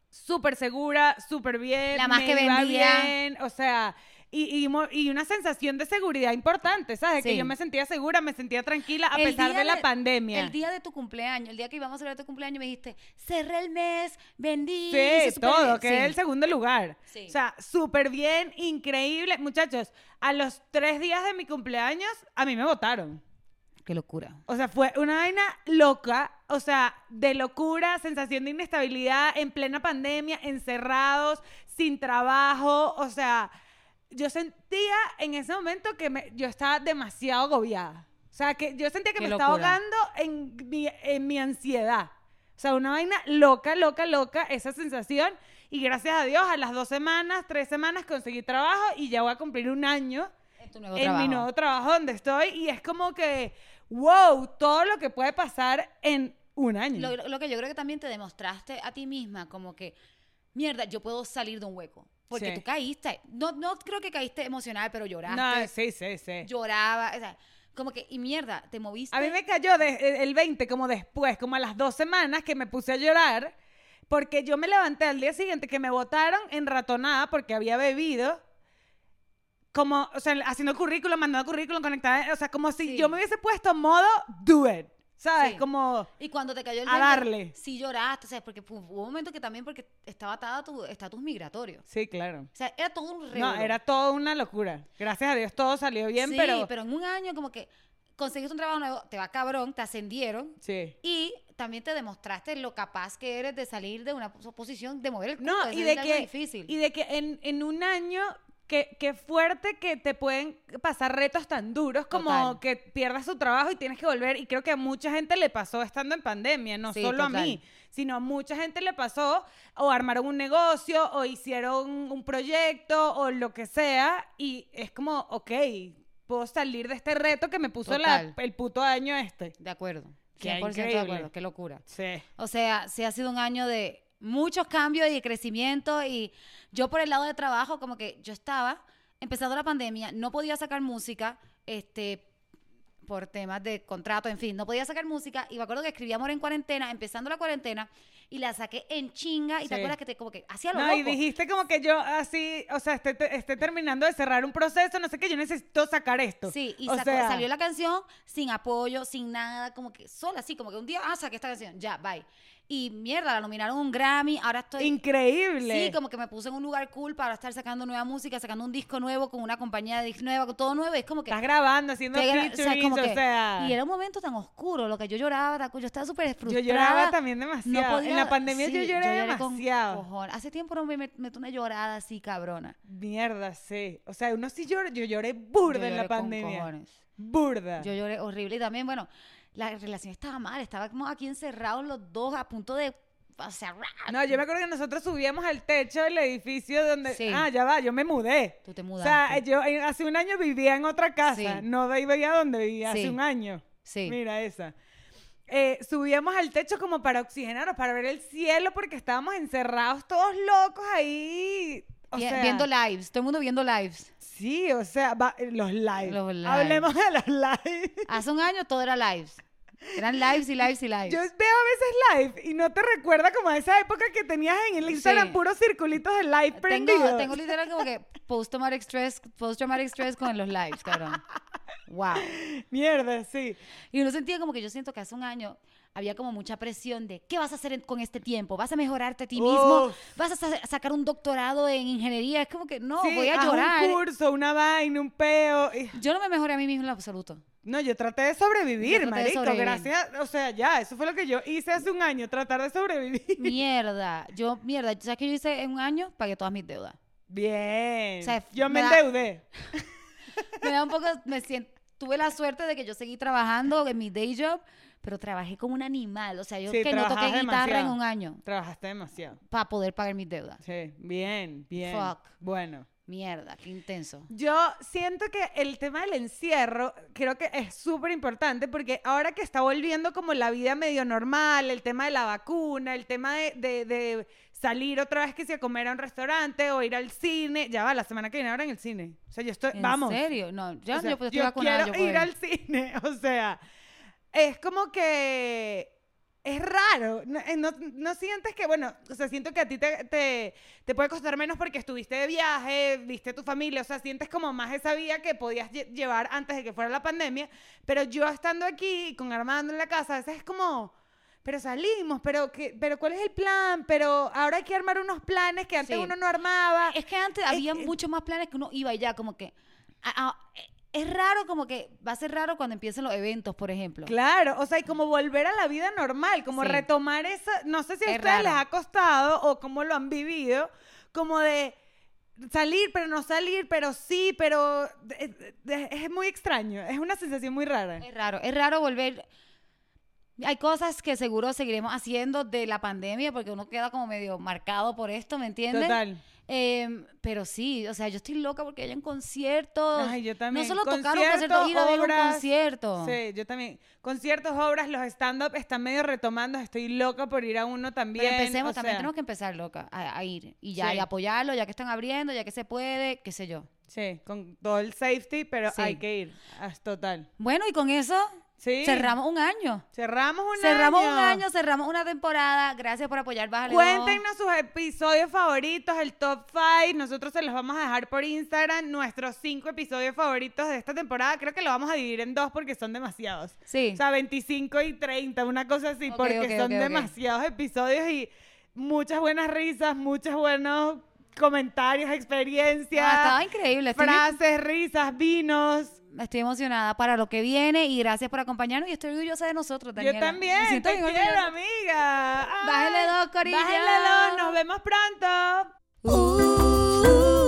[SPEAKER 2] súper segura, súper bien.
[SPEAKER 1] La más
[SPEAKER 2] me
[SPEAKER 1] que
[SPEAKER 2] iba
[SPEAKER 1] vendía.
[SPEAKER 2] bien, o sea, y, y mo- y una sensación de seguridad importante, ¿sabes? Que
[SPEAKER 1] Sí.
[SPEAKER 2] yo me sentía segura, me sentía tranquila a
[SPEAKER 1] El
[SPEAKER 2] pesar
[SPEAKER 1] día
[SPEAKER 2] de la pandemia.
[SPEAKER 1] El día de tu cumpleaños, el día que íbamos a celebrar tu cumpleaños, me dijiste, cerré el mes, vendí.
[SPEAKER 2] Sí,
[SPEAKER 1] hice súper
[SPEAKER 2] todo,
[SPEAKER 1] bien".
[SPEAKER 2] que
[SPEAKER 1] Sí.
[SPEAKER 2] era el segundo lugar.
[SPEAKER 1] Sí.
[SPEAKER 2] O sea, súper bien, increíble. Muchachos, a los tres días de mi cumpleaños, a mí me votaron.
[SPEAKER 1] Qué locura.
[SPEAKER 2] O sea, fue una vaina loca, o sea, de locura, sensación de inestabilidad, en plena pandemia, encerrados, sin trabajo, o sea, yo sentía en ese momento que me- yo estaba demasiado agobiada. O sea, que yo sentía que
[SPEAKER 1] Qué
[SPEAKER 2] me
[SPEAKER 1] locura.
[SPEAKER 2] estaba ahogando en mi, en mi ansiedad. O sea, una vaina loca, loca, loca, esa sensación. Y gracias a Dios, a las dos semanas, tres semanas conseguí trabajo y ya voy a cumplir un año
[SPEAKER 1] En tu nuevo
[SPEAKER 2] en
[SPEAKER 1] trabajo.
[SPEAKER 2] mi nuevo trabajo donde estoy y es como que, wow, todo lo que puede pasar en un año.
[SPEAKER 1] Lo, lo que yo creo que también te demostraste a ti misma, como que, mierda, yo puedo salir de un hueco. Porque
[SPEAKER 2] Sí.
[SPEAKER 1] tú caíste. No, no creo que caíste emocional, pero lloraste.
[SPEAKER 2] no, sí, sí, sí.
[SPEAKER 1] Lloraba. O sea, como que, y mierda, te moviste.
[SPEAKER 2] A mí me cayó de- el 20 como después, como a las dos semanas que me puse a llorar porque yo me levanté al día siguiente que me votaron en ratonada porque había bebido. Como, o sea, haciendo currículum, mandando currículum, conectada. O sea, como si
[SPEAKER 1] Sí.
[SPEAKER 2] yo me hubiese puesto modo do it. ¿Sabes?
[SPEAKER 1] Sí.
[SPEAKER 2] Como.
[SPEAKER 1] Y cuando te cayó el
[SPEAKER 2] A
[SPEAKER 1] 20,
[SPEAKER 2] darle.
[SPEAKER 1] Sí lloraste, o sea, porque pu- hubo un momento que también porque estaba atada a tu estatus migratorio.
[SPEAKER 2] Sí, claro.
[SPEAKER 1] O sea, era todo un
[SPEAKER 2] No,
[SPEAKER 1] revolú.
[SPEAKER 2] era toda una locura. Gracias a Dios todo salió bien,
[SPEAKER 1] sí,
[SPEAKER 2] pero,
[SPEAKER 1] en un año como que conseguiste un trabajo nuevo, te va cabrón, te ascendieron
[SPEAKER 2] Sí.
[SPEAKER 1] y también te demostraste lo capaz que eres de salir de una pos- posición, de mover el culo,
[SPEAKER 2] No, y de,
[SPEAKER 1] pues algo
[SPEAKER 2] que,
[SPEAKER 1] difícil.
[SPEAKER 2] y de que en, en un año, que, que fuerte que te pueden pasar retos tan duros como
[SPEAKER 1] Total.
[SPEAKER 2] que pierdas tu trabajo y tienes que volver. Y creo que a mucha gente le pasó estando en pandemia, no
[SPEAKER 1] Sí,
[SPEAKER 2] solo a
[SPEAKER 1] total.
[SPEAKER 2] mí, sino a mucha gente le pasó o armaron un negocio o hicieron un proyecto o lo que sea. Y es como, ok, puedo salir de este reto que me puso la-
[SPEAKER 1] Total.
[SPEAKER 2] el puto año este.
[SPEAKER 1] De acuerdo.
[SPEAKER 2] Qué
[SPEAKER 1] 100% de
[SPEAKER 2] increíble.
[SPEAKER 1] acuerdo, qué locura.
[SPEAKER 2] Sí.
[SPEAKER 1] O sea, sí ha sido un año de muchos cambios y de crecimiento y yo por el lado de trabajo como que yo estaba empezando la pandemia, no podía sacar música, este por temas de contrato, en fin, no podía sacar música y me acuerdo que escribí Amor en cuarentena, empezando la cuarentena y la saqué en chinga y
[SPEAKER 2] Sí.
[SPEAKER 1] te acuerdas que te como que hacía lo
[SPEAKER 2] No, y
[SPEAKER 1] loco.
[SPEAKER 2] dijiste como que yo así, o sea, esté, esté terminando de cerrar un proceso, no sé qué, yo necesito sacar esto.
[SPEAKER 1] Sí, y
[SPEAKER 2] O
[SPEAKER 1] sacó-
[SPEAKER 2] sea,
[SPEAKER 1] salió la canción sin apoyo, sin nada, como que sola, así, como que un día, ah, saqué esta canción, ya, bye. Y mierda, la nominaron a un Grammy, ahora estoy...
[SPEAKER 2] Increíble.
[SPEAKER 1] Sí, como que me puse en un lugar cool para estar sacando nueva música, sacando un disco nuevo con una compañía de disco nueva, con todo nuevo. y Es como que.
[SPEAKER 2] Estás grabando, haciendo
[SPEAKER 1] te gra-
[SPEAKER 2] featurings,
[SPEAKER 1] o sea, como que-
[SPEAKER 2] o sea.
[SPEAKER 1] Y era un momento tan oscuro, lo que yo lloraba, tan- yo estaba súper
[SPEAKER 2] yo
[SPEAKER 1] frustrada.
[SPEAKER 2] lloraba también
[SPEAKER 1] no
[SPEAKER 2] demasiado.
[SPEAKER 1] podía-
[SPEAKER 2] en la pandemia
[SPEAKER 1] sí,
[SPEAKER 2] yo lloré,
[SPEAKER 1] con
[SPEAKER 2] demasiado.
[SPEAKER 1] cojones. Hace tiempo no me me- metí una llorada así, cabrona.
[SPEAKER 2] Mierda, sí. O sea, uno sí llora, yo lloré burda
[SPEAKER 1] Yo
[SPEAKER 2] en la
[SPEAKER 1] lloré con
[SPEAKER 2] pandemia.
[SPEAKER 1] cojones.
[SPEAKER 2] Burda.
[SPEAKER 1] Yo lloré horrible y también, bueno, la relación estaba mal, estaba como aquí encerrados los dos a punto de. O sea, ra-
[SPEAKER 2] No, yo me acuerdo que nosotros subíamos al techo del edificio donde...
[SPEAKER 1] Sí.
[SPEAKER 2] Ah, ya va, yo me mudé.
[SPEAKER 1] Tú te
[SPEAKER 2] O
[SPEAKER 1] mudaste.
[SPEAKER 2] sea, yo eh, hace un año vivía en otra casa,
[SPEAKER 1] Sí.
[SPEAKER 2] no de ahí veía donde vivía
[SPEAKER 1] Sí.
[SPEAKER 2] hace un año.
[SPEAKER 1] Sí.
[SPEAKER 2] Mira esa. Eh, subíamos al techo como para oxigenarnos, para ver el cielo, porque estábamos encerrados todos locos ahí. O
[SPEAKER 1] Vi-
[SPEAKER 2] sea,
[SPEAKER 1] viendo lives, todo el mundo viendo lives.
[SPEAKER 2] Sí, o sea, va- eh, los live.
[SPEAKER 1] Los live.
[SPEAKER 2] Hablemos de los live.
[SPEAKER 1] Hace un año todo era lives. Eran lives y lives y lives.
[SPEAKER 2] Yo veo a veces live y no te recuerda como a esa época que tenías en el Instagram
[SPEAKER 1] Sí.
[SPEAKER 2] puros circulitos de live prendidos.
[SPEAKER 1] tengo, tengo literal como que post-traumatic stress, post-traumatic stress con los lives, cabrón. Wow.
[SPEAKER 2] Mierda, sí.
[SPEAKER 1] Y uno sentía como que yo siento que hace un año había como mucha presión de ¿qué vas a hacer en- con este tiempo? ¿Vas a mejorarte a ti mismo?
[SPEAKER 2] Uf.
[SPEAKER 1] ¿Vas a sa- sacar un doctorado en ingeniería? Es como que no,
[SPEAKER 2] Sí,
[SPEAKER 1] voy a
[SPEAKER 2] haz
[SPEAKER 1] llorar.
[SPEAKER 2] un curso, una vaina, un peo. y-
[SPEAKER 1] Yo no me mejoré a mí mismo en lo absoluto.
[SPEAKER 2] No, yo traté de sobrevivir,
[SPEAKER 1] Yo traté de
[SPEAKER 2] marico.
[SPEAKER 1] sobrevivir.
[SPEAKER 2] Gracias, o sea, ya, eso fue lo que yo hice hace un año, tratar de sobrevivir.
[SPEAKER 1] Mierda. Yo, mierda. ¿Sabes qué yo hice en un año? Pagué todas mis deudas.
[SPEAKER 2] Bien.
[SPEAKER 1] O sea,
[SPEAKER 2] yo me
[SPEAKER 1] me da-
[SPEAKER 2] endeudé.
[SPEAKER 1] me da un poco, me siento, tuve la suerte de que yo seguí trabajando en mi day job, pero trabajé como un animal, o sea, yo
[SPEAKER 2] Sí,
[SPEAKER 1] que no toqué
[SPEAKER 2] trabajas
[SPEAKER 1] guitarra en
[SPEAKER 2] demasiado.
[SPEAKER 1] un año
[SPEAKER 2] Trabajaste demasiado.
[SPEAKER 1] para poder pagar mis deudas.
[SPEAKER 2] Sí, bien, bien.
[SPEAKER 1] Fuck.
[SPEAKER 2] Bueno.
[SPEAKER 1] Mierda, qué intenso.
[SPEAKER 2] Yo siento que el tema del encierro creo que es súper importante porque ahora que está volviendo como la vida medio normal, el tema de la vacuna, el tema de, de- de salir otra vez que sea a comer a un restaurante o ir al cine, ya va, la semana que viene ahora en el cine. O sea, yo estoy,
[SPEAKER 1] ¿En
[SPEAKER 2] vamos.
[SPEAKER 1] serio? No, yo,
[SPEAKER 2] O sea,
[SPEAKER 1] yo pues, estoy
[SPEAKER 2] yo
[SPEAKER 1] vacunada,
[SPEAKER 2] quiero
[SPEAKER 1] yo puedo
[SPEAKER 2] ir al cine, o sea, es como que es raro, no, eh, no- no sientes que, bueno, o sea, siento que a ti te, te, te puede costar menos porque estuviste de viaje, viste a tu familia, o sea, sientes como más esa vida que podías lle- llevar antes de que fuera la pandemia, pero yo estando aquí con Armando en la casa, a veces es como... Pero salimos, pero que, pero ¿cuál es el plan? Pero ahora hay que armar unos planes que antes
[SPEAKER 1] Sí.
[SPEAKER 2] uno no armaba.
[SPEAKER 1] Es que antes había
[SPEAKER 2] que-
[SPEAKER 1] muchos más planes que uno iba y ya, como que. a- a- es raro, como que va a ser raro cuando empiecen los eventos, por ejemplo.
[SPEAKER 2] Claro, o sea, y como volver a la vida normal, como
[SPEAKER 1] Sí.
[SPEAKER 2] retomar esa, no sé si a
[SPEAKER 1] Es
[SPEAKER 2] ustedes les
[SPEAKER 1] raro.
[SPEAKER 2] ha costado o cómo lo han vivido, como de salir, pero no salir, pero sí, pero es, es- es muy extraño, es una sensación muy rara.
[SPEAKER 1] Es raro, es raro volver. Hay cosas que seguro seguiremos haciendo de la pandemia porque uno queda como medio marcado por esto, ¿me entiendes?
[SPEAKER 2] Total.
[SPEAKER 1] Em, pero sí, o sea, yo estoy loca porque hayan conciertos.
[SPEAKER 2] Ay, yo también.
[SPEAKER 1] No solo tocar un concierto,
[SPEAKER 2] Conciertos,
[SPEAKER 1] ir a ver un
[SPEAKER 2] obras,
[SPEAKER 1] concierto.
[SPEAKER 2] Sí, yo también. Conciertos, obras, los stand-up están medio retomando, estoy loca por ir a uno también.
[SPEAKER 1] Pero empecemos,
[SPEAKER 2] o
[SPEAKER 1] también
[SPEAKER 2] sea,
[SPEAKER 1] tenemos que empezar, loca, a, a ir. Y ya,
[SPEAKER 2] Sí.
[SPEAKER 1] y apoyarlo, ya que están abriendo, ya que se puede, qué sé yo.
[SPEAKER 2] Sí, con todo el safety, pero
[SPEAKER 1] Sí.
[SPEAKER 2] hay que ir, es total.
[SPEAKER 1] Bueno, y con eso
[SPEAKER 2] Sí.
[SPEAKER 1] cerramos un año.
[SPEAKER 2] Cerramos un
[SPEAKER 1] cerramos
[SPEAKER 2] año.
[SPEAKER 1] un año, cerramos una temporada. Gracias por apoyar Bájale Dos.
[SPEAKER 2] Cuéntenos sus episodios favoritos, el top 5. Nosotros se los vamos a dejar por Instagram. Nuestros 5 episodios favoritos de esta temporada. Creo que lo vamos a dividir en dos porque son demasiados.
[SPEAKER 1] Sí.
[SPEAKER 2] O sea, 25 y 30, una cosa así,
[SPEAKER 1] Ok,
[SPEAKER 2] porque
[SPEAKER 1] ok,
[SPEAKER 2] son
[SPEAKER 1] ok, ok.
[SPEAKER 2] demasiados episodios y muchas buenas risas, muchos buenos comentarios, experiencias,
[SPEAKER 1] Ah, estaba increíble. Estoy,
[SPEAKER 2] frases, risas, vinos.
[SPEAKER 1] estoy emocionada para lo que viene y gracias por acompañarnos. Y estoy orgullosa de nosotros, Daniela.
[SPEAKER 2] Yo también.
[SPEAKER 1] Me siento
[SPEAKER 2] te
[SPEAKER 1] bien
[SPEAKER 2] quiero,
[SPEAKER 1] orgullosa.
[SPEAKER 2] amiga. Ay,
[SPEAKER 1] Bájale dos, corillo.
[SPEAKER 2] Bájale dos. Nos vemos pronto.
[SPEAKER 1] Uh, uh, uh.